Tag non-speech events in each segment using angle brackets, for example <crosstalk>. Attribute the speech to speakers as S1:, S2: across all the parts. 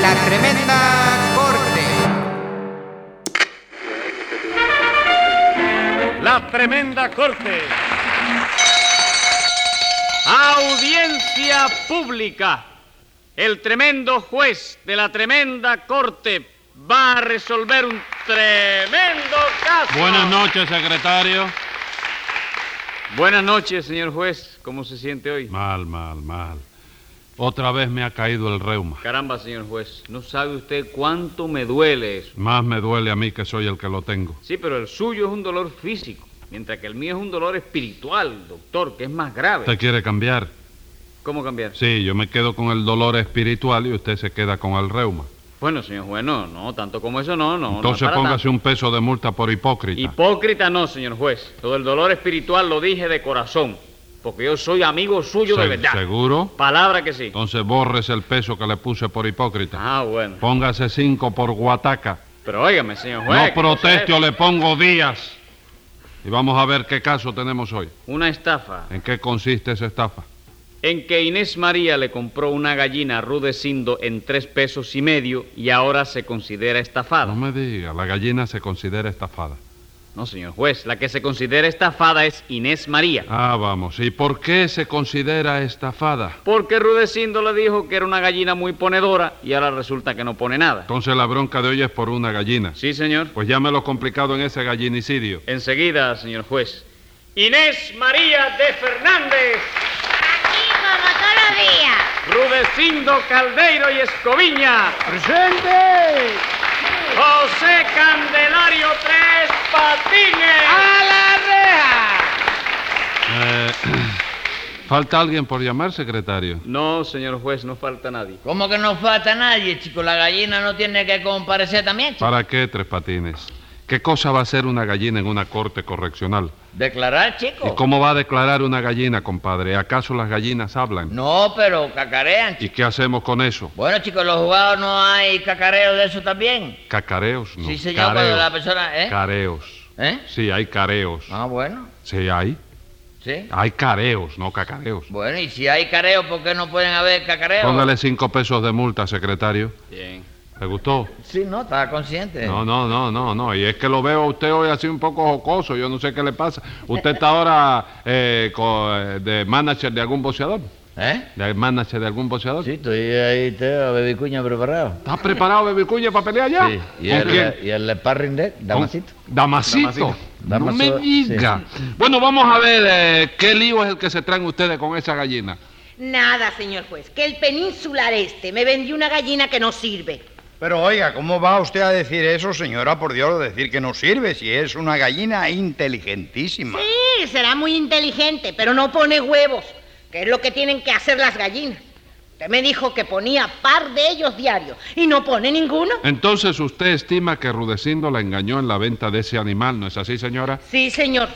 S1: La tremenda corte.
S2: La tremenda corte. Audiencia pública. El tremendo juez de la tremenda corte va a resolver un tremendo caso.
S3: Buenas noches, secretario.
S2: Buenas noches, señor juez. ¿Cómo se siente hoy?
S3: Mal, mal, mal. Otra vez me ha caído el reuma.
S2: Caramba, señor juez. No sabe usted cuánto me duele eso.
S3: Más me duele a mí que soy el que lo tengo.
S2: Sí, pero el suyo es un dolor físico, mientras que el mío es un dolor espiritual, doctor, que es más grave.
S3: ¿Usted quiere cambiar?
S2: ¿Cómo cambiar?
S3: Sí, yo me quedo con el dolor espiritual y usted se queda con el reuma.
S2: Bueno, señor juez, no, no, tanto como eso no, no. no
S3: Entonces
S2: es para
S3: póngase
S2: tanto.
S3: un peso de multa por hipócrita.
S2: Hipócrita no, señor juez. Todo el dolor espiritual lo dije de corazón, porque yo soy amigo suyo de
S3: Se-
S2: verdad.
S3: ¿Seguro?
S2: Palabra que sí.
S3: Entonces bórrese el peso que le puse por hipócrita.
S2: Ah, bueno.
S3: Póngase cinco por guataca.
S2: Pero óigame, señor juez.
S3: No
S2: ¿qué cosa
S3: proteste
S2: es?
S3: o le pongo días. Y vamos a ver qué caso tenemos hoy.
S2: Una estafa
S3: ¿En qué consiste esa estafa?
S2: en que Inés María le compró una gallina a Rudecindo en tres pesos y medio y ahora se considera
S3: No
S2: estafada.
S3: me diga, la gallina se considera estafada.
S2: No, señor juez, la que se considera estafada es Inés María.
S3: Ah, vamos. ¿Y por qué se considera estafada?
S2: Porque Rudecindo le dijo que era una gallina muy ponedora y ahora resulta que no pone nada.
S3: Entonces la bronca de hoy es por una gallina.
S2: Sí, señor.
S3: Pues ya me lo complicado en ese gallinicidio.
S2: Enseguida, señor juez. Inés María de Fernández,
S4: Aquí como todos los días.
S2: Rudecindo Caldeiro y Escoviña,
S1: ¡Presente!
S2: José Candelario Tres Patines.
S1: ¡A la reja!
S3: Eh, <clears throat> ¿Falta alguien por llamar, secretario?
S2: No, señor juez, no falta nadie.
S5: ¿Cómo que no falta nadie, chico? La gallina no tiene que comparecer también, chico.
S3: ¿Para qué, Tres Patines? ¿Qué cosa va a hacer una gallina en una corte correccional?
S5: Declarar,
S3: ¿Y
S5: chico.
S3: cómo va a declarar una gallina, compadre? ¿Acaso las gallinas hablan?
S5: No, pero cacarean,
S3: ¿Y
S5: chico.
S3: qué hacemos con eso?
S5: Bueno, chicos, los jugados no hay cacareo de eso también.
S3: ¿Cacareos? No.
S5: Sí, señor, cuando
S3: Careos.
S5: la persona- ¿eh?
S3: Careos.
S5: ¿Eh?
S3: Sí, hay careos.
S5: Ah, bueno.
S3: Sí, hay.
S5: Sí.
S3: Hay careos, no cacareos.
S5: Bueno, y si hay careo, ¿por qué no pueden haber cacareo?
S3: Póngale cinco pesos de multa, secretario.
S2: Bien.
S3: ¿Le gustó?
S5: Sí, no, estaba consciente.
S3: No, no, no, no, no. Y es que lo veo a usted hoy así un poco jocoso. Yo no sé qué le pasa. Usted está ahora eh, co- eh, de manager de algún boxeador.
S5: ¿Eh?
S3: De manager de algún boxeador.
S5: Sí, estoy ahí, teo, bebicuña preparado.
S3: ¿Estás preparado, Bebicuña, para pelear ya?
S5: Sí. Y
S3: ¿Con quién?
S5: el, y el sparring de Damasito.
S3: Con- Damasito. No
S5: Damaso-
S3: me diga. Bueno, vamos a ver eh, qué lío es el que se traen ustedes con esa gallina.
S6: Nada, señor juez, que el peninsular este me vendió una gallina que no sirve.
S1: Pero oiga, ¿cómo va usted a decir eso, señora? Por Dios, decir que no sirve si es una gallina inteligentísima.
S6: Sí, será muy inteligente, pero no pone huevos, que es lo que tienen que hacer las gallinas. Usted me dijo que ponía par de ellos diario y no pone ninguno.
S3: Eh. Entonces usted estima que Rudecindo la engañó en la venta de ese animal, ¿no es así, señora?
S6: Sí, señor.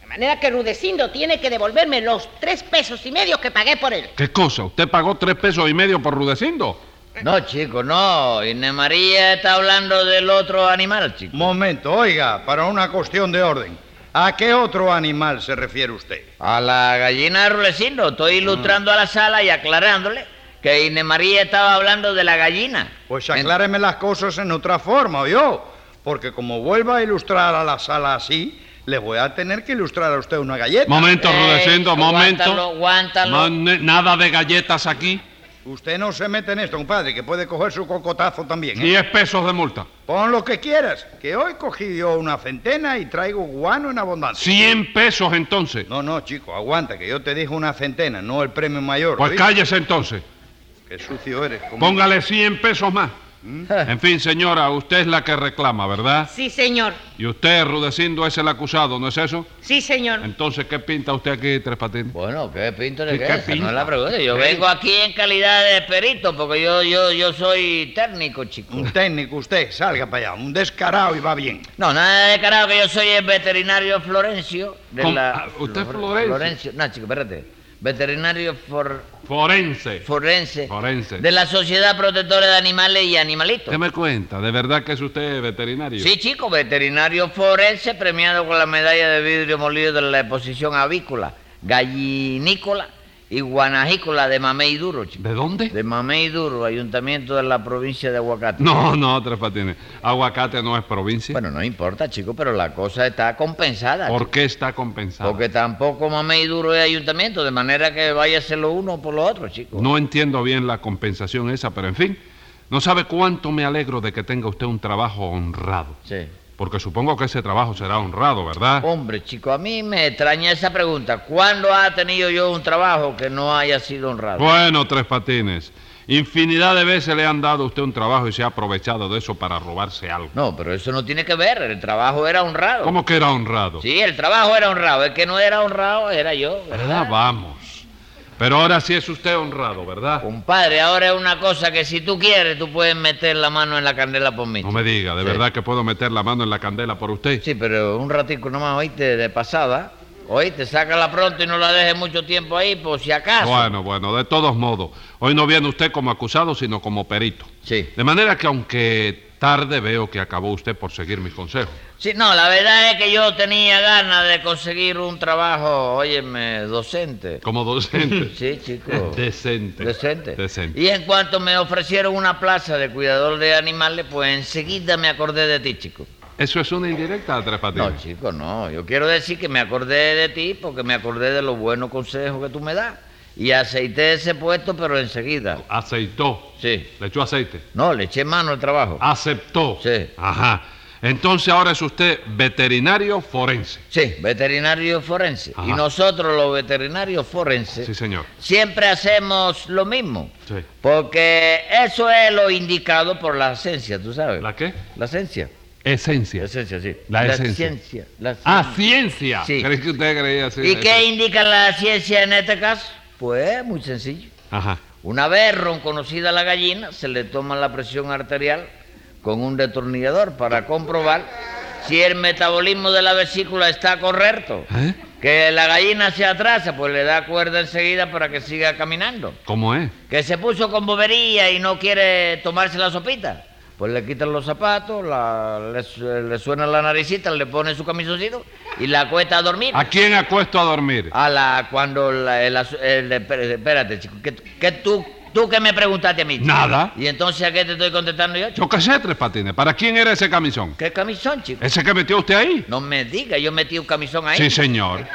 S6: De manera que Rudecindo tiene que devolverme los tres pesos y medio que pagué por él.
S3: ¿Qué cosa? ¿Usted pagó tres pesos y medio por Rudecindo?
S5: No, chico, no. Inés María está hablando del otro animal, chico.
S1: Momento, oiga, para una cuestión de orden. ¿A qué otro animal se refiere usted?
S5: A la gallina de Rulecindo. Estoy ilustrando a la sala y aclarándole que Inés María estaba hablando de la gallina.
S1: Pues acláreme las cosas en otra forma, yo, Porque como vuelva a ilustrar a la sala así, le voy a tener que ilustrar a usted una galleta.
S3: Momento,
S5: Ey,
S3: Rudecindo, momento.
S5: aguántalo, aguántalo.
S3: No, ne- nada de galletas aquí.
S1: Usted no se mete en esto, compadre, que puede coger su cocotazo también. ¿eh?
S3: Diez pesos de multa.
S1: Pon lo que quieras, que hoy cogí yo una centena y traigo guano en abundancia.
S3: Cien pesos entonces.
S1: No, no, chico, aguanta, que yo te dije una centena, no el premio mayor.
S3: Pues
S1: ¿oíste?
S3: cállese entonces.
S1: Qué sucio eres. como-
S3: Póngale cien pesos más. En fin, señora, usted es la que reclama, ¿verdad?
S6: Sí, señor.
S3: Y usted, Rudecindo, es el acusado, ¿no es eso?
S6: Sí, señor.
S3: Entonces, ¿qué pinta usted aquí, Tres Patines?
S5: Bueno, qué pinta
S3: Sí, qué
S5: de qué Esa no
S3: pinta.
S5: es la pregunta. Yo
S3: Sí.
S5: vengo aquí en calidad de perito, porque yo, yo, yo soy técnico, chico.
S1: Un técnico usted, salga para allá, un descarado y va bien.
S5: No, nada de carajo que yo soy el veterinario Florencio de
S3: ¿Cómo?
S5: la.
S3: Ah, ¿usted es
S5: Flor-
S3: Florencio?
S5: No, chico, espérate. Veterinario for-
S3: Forense.
S5: forense,
S3: Forense.
S5: de la Sociedad Protectora de Animales y Animalitos.
S3: ¿Qué me cuenta? ¿De verdad que es usted veterinario?
S5: Sí, chico, veterinario forense premiado con la medalla de vidrio
S3: Ah.
S5: molido de la exposición avícola, gallinícola y guanajícola de Mamey Duro, chico.
S3: ¿De dónde?
S5: De Mamey Duro, ayuntamiento de la provincia de Aguacate.
S3: No, no, Tres Patines. Aguacate no es provincia.
S5: Bueno, no importa, chico, pero la cosa está compensada.
S3: ¿Por qué está compensado?
S5: Porque tampoco Mamey Duro es ayuntamiento, de manera que váyase lo uno por lo otro, chico.
S3: No entiendo bien la compensación esa, pero en fin. No sabe cuánto me alegro de que tenga usted un trabajo honrado.
S5: Sí.
S3: Porque supongo que ese trabajo será honrado, ¿verdad?
S5: Hombre, chico, a mí me extraña esa pregunta. ¿Cuándo ha tenido yo un trabajo que no haya sido honrado?
S3: Bueno, Tres Patines. Infinidad de veces le han dado a usted un trabajo y se ha aprovechado de eso para robarse algo.
S5: No, pero eso no tiene que ver. El trabajo era honrado.
S3: ¿Cómo que era honrado?
S5: Sí, el trabajo era honrado. El que no era honrado era yo.
S3: ¿Verdad? Vamos. Pero ahora sí es usted honrado, ¿verdad?
S5: Compadre, ahora es una cosa que si tú quieres, tú puedes meter la mano en la candela por mí.
S3: No me diga, ¿de
S5: Sí.
S3: verdad que puedo meter la mano en la candela por usted?
S5: Sí, pero un ratico nomás, oíste, de pasada. Oíste, sácala pronto y no la dejes mucho tiempo ahí, por si acaso.
S3: Bueno, bueno, de todos modos, hoy no viene usted como acusado, sino como perito.
S5: Sí.
S3: De manera que aunque tarde veo que acabó usted por seguir mis consejos.
S5: Sí, no, la verdad es que yo tenía ganas de conseguir un trabajo, óyeme, docente.
S3: Como docente.
S5: <laughs> Sí, chico.
S3: Decente.
S5: Decente.
S3: Decente.
S5: Y en cuanto me ofrecieron una plaza de cuidador de animales, pues enseguida me acordé de ti, chico.
S3: Eso es una indirecta, Tres Patines.
S5: No, chico, no. Yo quiero decir que me acordé de ti porque me acordé de los buenos consejos que tú me das. Y aceité ese puesto, pero enseguida.
S3: Aceitó.
S5: Sí.
S3: Le echó aceite.
S5: No, le eché mano al trabajo.
S3: Ah. Aceptó.
S5: Sí.
S3: Ajá. Entonces ahora es usted veterinario forense.
S5: Sí, veterinario forense.
S3: Ajá.
S5: Y nosotros los veterinarios forenses
S3: Sí, señor.
S5: siempre hacemos lo mismo.
S3: Sí.
S5: Porque eso es lo indicado por la esencia, tú sabes.
S3: ¿La qué?
S5: La esencia.
S3: Esencia.
S5: La esencia, sí.
S3: La esencia.
S5: ciencia. La
S3: Ah, ciencia.
S5: Sí.
S3: ¿Crees que usted creía así?
S5: ¿Y qué indica la ciencia en este caso? Pues muy sencillo.
S3: Ajá.
S5: Una vez ronconocida la gallina, se le toma la presión arterial con un detornillador para comprobar si el metabolismo de la vesícula está correcto.
S3: ¿Eh?
S5: Que la gallina se atrasa, pues le da cuerda enseguida para que siga caminando.
S3: ¿Cómo es?
S5: Que se puso con bobería y no quiere tomarse la sopita. Pues le quitan los zapatos, la- le, su- le suena la naricita, le pone su camisoncito y la acuesta a dormir.
S3: ¿A quién acuesto a dormir?
S5: A la cuando la- el, asu- el- espérate, espérate, chico, que, que tú tú que me preguntaste a mí. chico?
S3: Nada.
S5: Y entonces a qué te estoy contestando yo. chico?
S3: Yo qué sé, Tres Patines. ¿Para quién era ese camisón?
S5: ¿Qué camisón, chico?
S3: ¿Ese que metió usted ahí?
S5: No me digas, yo metí un camisón ahí
S3: Sí, señor.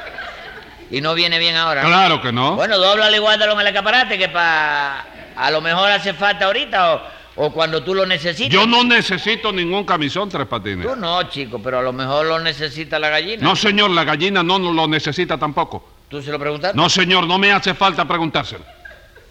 S5: y no viene bien ahora.
S3: Claro que no.
S5: Bueno, dóblalo y guárdalo en el escaparate que pa a lo mejor hace falta ahorita o, o cuando tú lo necesites.
S3: Yo no necesito ningún camisón, Tres Patines.
S5: Tú no, chico, pero a lo mejor lo necesita la gallina.
S3: No, señor, la gallina no lo necesita tampoco.
S5: ¿Tú se lo preguntaste?
S3: No, señor, no me hace falta preguntárselo.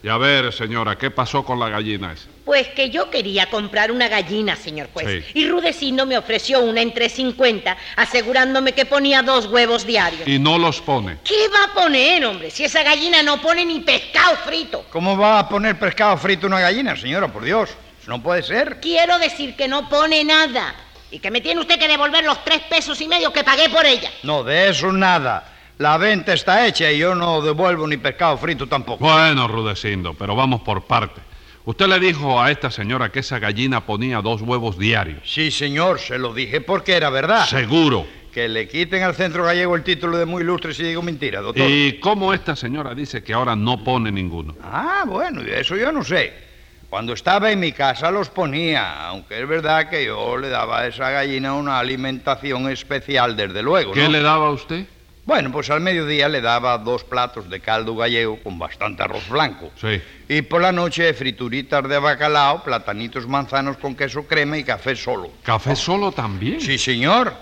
S3: Y a ver, señora, ¿qué pasó con la gallina esa?
S6: Pues que yo quería comprar una gallina, señor juez.
S3: Sí.
S6: Y Rudecindo me ofreció una en 3.50, asegurándome que ponía dos huevos diarios.
S3: Y no los pone.
S6: ¿Qué va a poner, hombre? Si esa gallina no pone ni pescado frito.
S1: ¿Cómo va a poner pescado frito una gallina, señora? Por Dios, no puede ser.
S6: Quiero decir que no pone nada. Y que me tiene usted que devolver los tres pesos y medio que pagué por ella.
S1: No, de eso nada. La venta está hecha y yo no devuelvo ni pescado frito tampoco.
S3: Bueno, Rudecindo, pero vamos por partes. Usted le dijo a esta señora que esa gallina ponía dos huevos diarios.
S1: Sí, señor, se lo dije porque era
S5: Ah.
S1: verdad.
S3: Seguro.
S1: Que le quiten al centro gallego el título de muy ilustre si digo mentira, doctor.
S3: ¿Y cómo esta señora dice que ahora no pone ninguno?
S1: Ah, bueno, y eso yo no sé. Cuando estaba en mi casa los ponía, aunque es verdad que yo le daba a esa gallina una alimentación especial, desde luego.
S3: ¿Qué
S1: ¿no?
S3: le daba a usted?
S1: Bueno, pues al mediodía le daba dos platos de caldo gallego con bastante arroz blanco.
S3: Sí.
S1: Y por la noche frituritas de bacalao, platanitos manzanos con queso crema y café solo.
S3: ¿Café solo también?
S1: Sí, señor.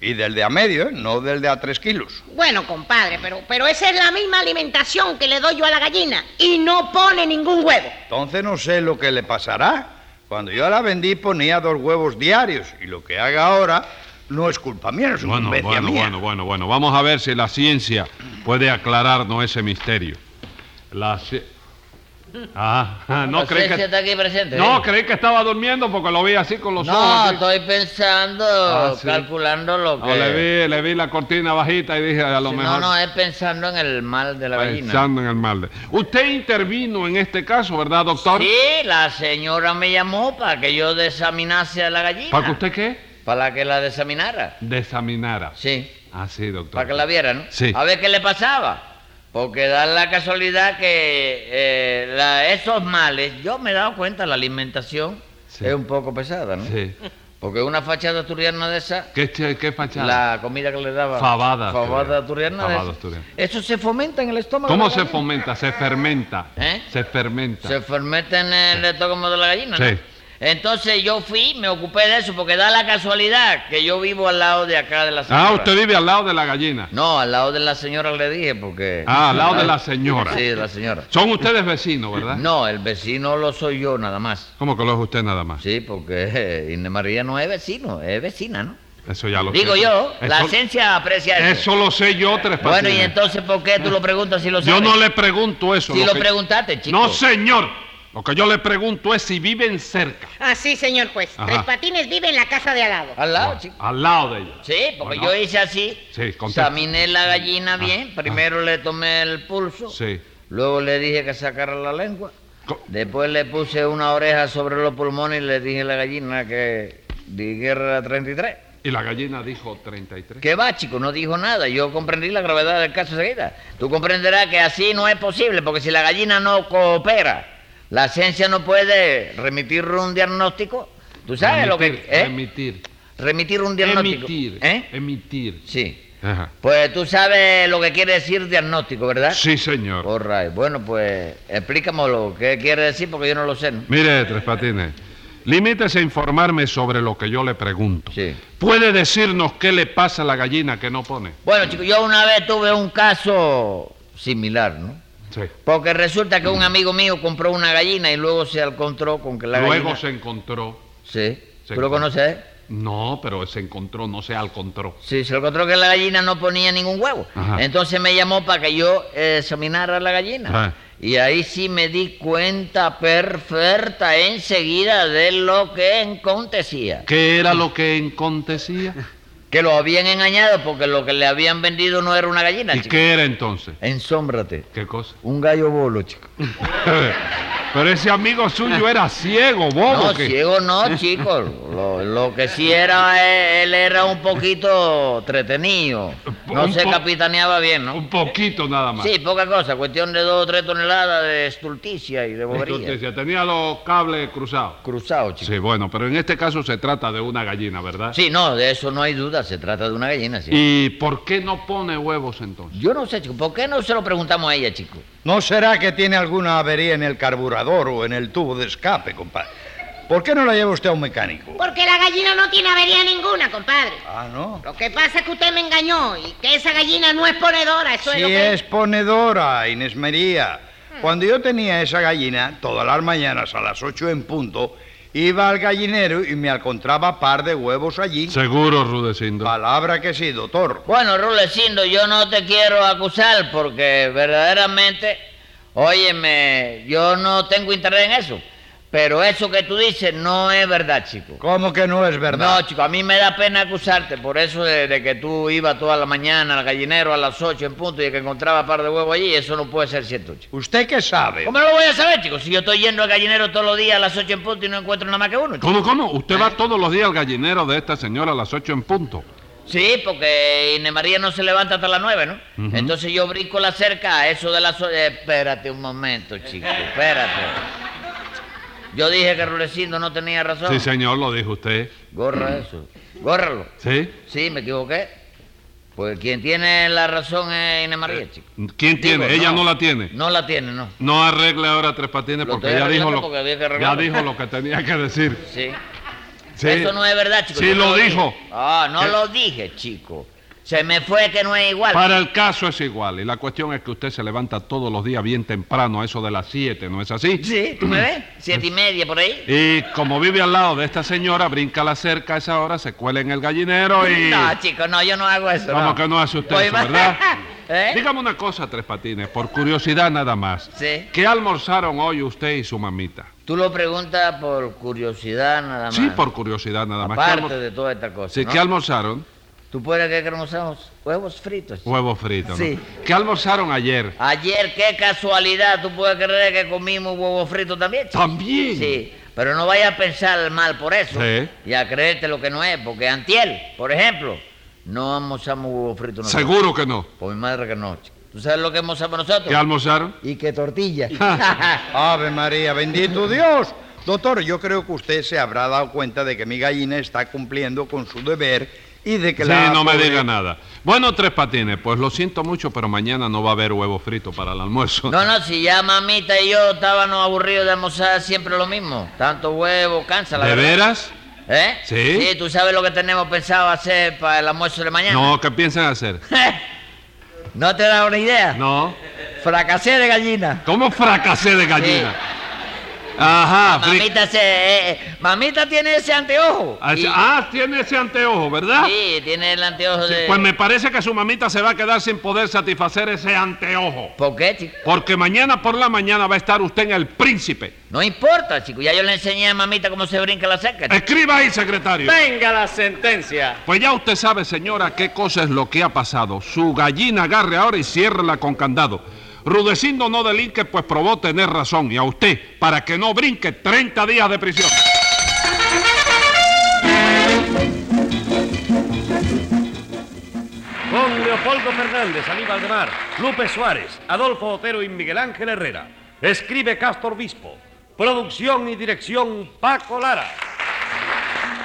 S1: Y del de a medio, ¿eh? no del de a tres kilos.
S6: Bueno, compadre, pero, pero esa es la misma alimentación que le doy yo a la gallina. Y no pone ningún huevo.
S1: Entonces no sé lo que le pasará. Cuando yo la vendí ponía dos huevos diarios y lo que haga ahora no es culpa mía, es una
S3: Bueno, bueno,
S1: mía.
S3: bueno, bueno, bueno. Vamos a ver si la ciencia puede aclararnos ese misterio. La ci- Ah, <laughs> no
S5: La
S3: creí
S5: ciencia
S3: que...
S5: está Pues aquí presente.
S3: No,
S5: ¿eh?
S3: creí que estaba durmiendo porque lo vi así con los
S5: No,
S3: ojos. así.
S5: estoy pensando,
S3: Ah, sí.
S5: calculando lo
S3: No,
S5: que...
S3: le vi, le vi la cortina bajita y dije a lo
S5: Sí,
S3: mejor
S5: No, no, es pensando en el mal de la gallina.
S3: pensando en el mal. Usted intervino en este caso, ¿verdad, doctor?
S5: Sí, la señora me llamó para que yo desaminase a la gallina.
S3: ¿Para que usted qué?
S5: Para que la desaminara.
S3: Desaminara.
S5: Sí.
S3: Ah, sí, doctor.
S5: Para que la viera, ¿no?
S3: Sí.
S5: A ver qué le pasaba. Porque da la casualidad que eh, la- esos males, yo me he dado cuenta, la alimentación
S3: Sí.
S5: es un poco pesada, ¿no?
S3: Sí.
S5: Porque una fachada asturiana de esa,
S3: ¿Qué, ch- qué fachada?
S5: la comida que le daba.
S3: Fabada asturiana.
S5: Fabada asturiana. de
S3: Fabada
S5: esa,
S3: asturiana.
S5: Eso se fomenta en el estómago.
S3: ¿Cómo
S5: de la
S3: se
S5: gallina.
S3: fomenta? Se fermenta.
S5: ¿Eh?
S3: Se fermenta.
S5: Se fermenta en el estómago de la gallina, ¿no?
S3: Sí.
S5: Entonces yo fui, me ocupé de eso, porque da la casualidad que yo vivo al lado de acá de la señora.
S3: Ah, usted vive al lado de la gallina.
S5: No, al lado de la señora le dije, porque...
S3: Ah, al lado de la señora.
S5: Sí, de la señora.
S3: Son ustedes vecinos, ¿verdad?
S5: No, el vecino lo soy yo nada más.
S3: ¿Cómo que lo es usted nada más?
S5: Sí, porque <laughs> eh, Inés María no es vecino, es vecina, ¿no?
S3: Eso ya lo
S5: Digo
S3: sé.
S5: yo, la
S3: Eso-
S5: ciencia aprecia eso.
S3: Eso lo sé yo, Tres Patines.
S5: bueno, y entonces, ¿por qué tú lo preguntas si lo sabes?
S3: Yo no le pregunto eso.
S5: Si lo
S3: que-
S5: preguntaste, chico.
S3: No, señor. Lo que yo le pregunto es si viven cerca.
S6: Así, señor juez.
S3: Ajá.
S6: Tres Patines vive en la casa de al lado.
S5: Al lado,
S3: Bueno,
S5: chico.
S3: Al lado de ella.
S5: Sí, porque
S3: Bueno.
S5: yo hice así.
S3: Sí, contesta.
S5: Examiné la gallina bien.
S3: ah.
S5: Primero le tomé el pulso.
S3: Sí.
S5: Luego le dije que sacara la lengua.
S3: Co-
S5: Después le puse una oreja sobre los pulmones y le dije a la gallina que dijera 33.
S3: Y la gallina dijo 33.
S5: ¿Qué va, chico? No dijo nada. Yo comprendí la gravedad del caso enseguida. Tú comprenderás que así no es posible, porque si la gallina no coopera, la ciencia no puede remitir un diagnóstico. ¿Tú sabes lo que
S3: Remitir,
S5: ¿eh?
S3: Remitir.
S5: Remitir un diagnóstico.
S3: Emitir.
S5: ¿Eh?
S3: Emitir.
S5: Sí.
S3: Ajá.
S5: Pues tú sabes lo que quiere decir diagnóstico, ¿verdad?
S3: Sí, señor.
S5: All right. Bueno, pues explícamelo. ¿Qué quiere decir? Porque yo no lo sé. ¿no?
S3: Mire, Tres Patines, limítese a informarme sobre lo que yo le pregunto.
S5: Sí.
S3: ¿Puede decirnos qué le pasa a la gallina que no pone?
S5: Bueno, chicos, yo una vez tuve un caso similar, ¿no?
S3: Sí.
S5: Porque resulta
S3: Mm.
S5: que un amigo mío compró una gallina y luego se encontró con que la
S3: Luego
S5: gallina...
S3: se encontró.
S5: Sí.
S3: se
S5: ¿Tú lo
S3: encontró.
S5: conoces? eh?
S3: No, pero se encontró, no se alcontró.
S5: Sí, se encontró que la gallina no ponía ningún huevo.
S3: Ajá.
S5: Entonces me llamó para que yo eh, examinara la gallina.
S3: Ah.
S5: Y ahí sí me di cuenta perfecta enseguida de lo que acontecía.
S3: ¿Qué era lo que
S5: <laughs>
S3: acontecía?
S5: Que lo habían engañado porque lo que le habían vendido no era una gallina,
S3: ¿Y
S5: chico.
S3: qué era entonces?
S5: Ensómbrate.
S3: ¿Qué cosa? <laughs>
S5: Un gallo bolo, chico.
S3: pero ese amigo suyo
S5: <laughs>
S3: era ciego, bobo.
S5: No,
S3: que-
S5: ciego no,
S3: <laughs>
S5: chico. Lo, lo que sí era, eh, él era un poquito entretenido. No
S3: Un
S5: se
S3: po-
S5: capitaneaba bien, ¿no?
S3: Un poquito nada más.
S5: Sí, poca cosa, cuestión de dos o tres toneladas de estulticia y de bobería.
S3: Entonces, tenía los cables cruzados.
S5: Cruzado, chico.
S3: Sí, bueno, pero en este caso se trata de una gallina, ¿verdad?
S5: Sí, no, de eso no hay duda, se trata de una gallina, sí.
S3: ¿Y por qué no pone huevos entonces?
S5: Yo no sé, chico, ¿por qué no se lo preguntamos a ella, chico?
S1: ¿No será que tiene alguna avería en el carburador o en el tubo de escape, compadre? ¿Por qué no la lleva usted a un mecánico?
S4: Porque la gallina no tiene avería ninguna, compadre.
S1: Ah, no.
S4: Lo que pasa es que usted me engañó y que esa gallina no es ponedora, eso es
S1: Sí
S4: lo que...
S1: es ponedora, Inés María. Cuando yo tenía esa gallina, todas las mañanas a las 8 en punto, iba al gallinero y me encontraba par de huevos allí.
S3: Seguro, Rudecindo.
S1: Palabra que sí, doctor.
S5: Bueno, Rulecindo, yo no te quiero acusar porque verdaderamente, óyeme, yo no tengo interés en eso. Pero eso que tú dices no es verdad, chico.
S1: ¿Cómo que no es verdad?
S5: No, chico, a mí me da pena acusarte por eso de, de que tú ibas toda la mañana al gallinero a las 8 en punto y que encontraba par de huevos allí. Eso no puede ser cierto, chico.
S1: ¿Usted qué sabe?
S5: ¿Cómo lo voy a saber, chico? Si yo estoy yendo al gallinero todos los días a las 8 en punto y no encuentro nada más que uno, chico.
S3: ¿Cómo, cómo? Usted
S5: Eh.
S3: va todos los días al gallinero de esta señora a las 8 en punto.
S5: Sí, porque Inés María no se levanta hasta las 9, ¿no? Entonces yo brinco la cerca a eso de las... o- eh, espérate un momento, chico, espérate. Yo dije que Rulecindo no tenía razón.
S3: Sí, señor, lo dijo usted.
S5: Gorra eso. Górralo.
S3: ¿Sí?
S5: Sí, me equivoqué. Pues quien tiene la razón es Inés María, chico.
S3: ¿Quién
S5: Digo,
S3: tiene? ¿Ella no. la tiene? No.
S5: No la tiene, no.
S3: arregle ahora Tres Patines
S5: Lo
S3: porque
S5: estoy
S3: ya dijo, lo,
S5: arreglando porque había que
S3: ya
S5: arreglarlo.
S3: dijo lo que tenía que decir.
S5: <laughs> Sí.
S3: Sí.
S5: Eso no es verdad, chico.
S3: Sí,
S5: yo
S3: lo
S5: dije.
S3: dijo.
S5: Ah, no
S3: ¿Qué?
S5: lo dije, chico. Se me fue que no es igual.
S3: Para el caso es igual. Y la cuestión es que usted se levanta todos los días bien temprano, a eso de las 7, ¿no es así?
S5: Sí, ¿tú me ves? Siete y media por ahí.
S3: Y como vive al lado de esta señora, brinca la cerca a esa hora, se cuela en el gallinero y...
S5: No, chico, no, yo no hago eso.
S3: Vamos, que no hace usted
S5: Voy
S3: eso,
S5: más-
S3: ¿verdad?
S5: <laughs> ¿Eh?
S3: Dígame una cosa, Tres Patines, por curiosidad nada más.
S5: Sí.
S3: ¿Qué almorzaron hoy usted y su mamita?
S5: Tú lo preguntas por curiosidad nada más.
S3: Sí, por curiosidad nada más. ¿Qué
S5: Aparte
S3: almor-
S5: de toda esta cosa.
S3: Sí,
S5: ¿no?
S3: ¿qué almorzaron?
S5: ¿Tú puedes que almorzamos huevos fritos? chico.
S3: Huevos fritos. ¿no?
S5: Sí.
S3: ¿Qué almorzaron ayer?
S5: Ayer, qué casualidad, tú puedes creer que comimos huevos fritos también. chico?
S3: También.
S5: Sí, pero no vayas a pensar mal por eso.
S3: Sí.
S5: Y a creerte lo que no es, porque antiel, por ejemplo, no almorzamos huevos fritos. nosotros.
S3: Seguro que no.
S5: Por mi madre que no. chico. ¿Tú sabes lo que almorzamos nosotros?
S3: ¿Qué almorzaron?
S5: Y
S3: <laughs>
S5: que <laughs> tortilla.
S1: Ave María, bendito Dios. Doctor, yo creo que usted se habrá dado cuenta de que mi gallina está cumpliendo con su deber y de que
S3: Sí,
S1: la...
S3: no me
S1: pobre-
S5: ¿eh?
S3: diga nada. Bueno, Tres Patines, pues lo siento mucho, pero mañana no va a haber huevo frito para el almuerzo.
S5: No, no, si ya mamita y yo estábamos aburridos de almorzar siempre lo mismo. Tanto huevo, cansa la
S3: ¿De
S5: verdad.
S3: veras?
S5: ¿Eh?
S3: Sí.
S5: Sí, tú sabes lo que tenemos pensado hacer para el almuerzo de mañana.
S3: No, ¿qué piensan hacer?
S5: <laughs> ¿No te da una idea?
S3: No.
S5: Fracasé de gallina.
S3: ¿Cómo fracasé de gallina? Ajá, fri-
S5: Mamita se, eh, eh, mamita tiene ese anteojo.
S3: Ah,
S5: Y-
S3: Ah, tiene ese anteojo, ¿verdad?
S5: Sí, tiene el anteojo de.
S3: Pues me parece que su mamita se va a quedar sin poder satisfacer ese anteojo.
S5: ¿Por qué, chico?
S3: Porque mañana por la mañana va a estar usted en el príncipe.
S5: No importa, chico. Ya yo le enseñé a mamita cómo se brinca la cerca. chico.
S3: Escriba ahí, secretario.
S2: Venga la sentencia.
S3: Pues ya usted sabe, señora, qué cosa es lo que ha pasado. Su gallina agarre ahora y ciérrela con candado. Rudecindo no delinque, pues probó tener razón. Y a usted, para que no brinque, 30 días de prisión.
S7: Con Leopoldo Fernández, Aníbal de Mar, Lupe Suárez, Adolfo Otero y Miguel Ángel Herrera. Escribe Castor Bispo. Producción y dirección Paco Lara.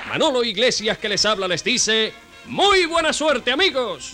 S8: Manolo Iglesias que les habla les dice, muy buena suerte amigos.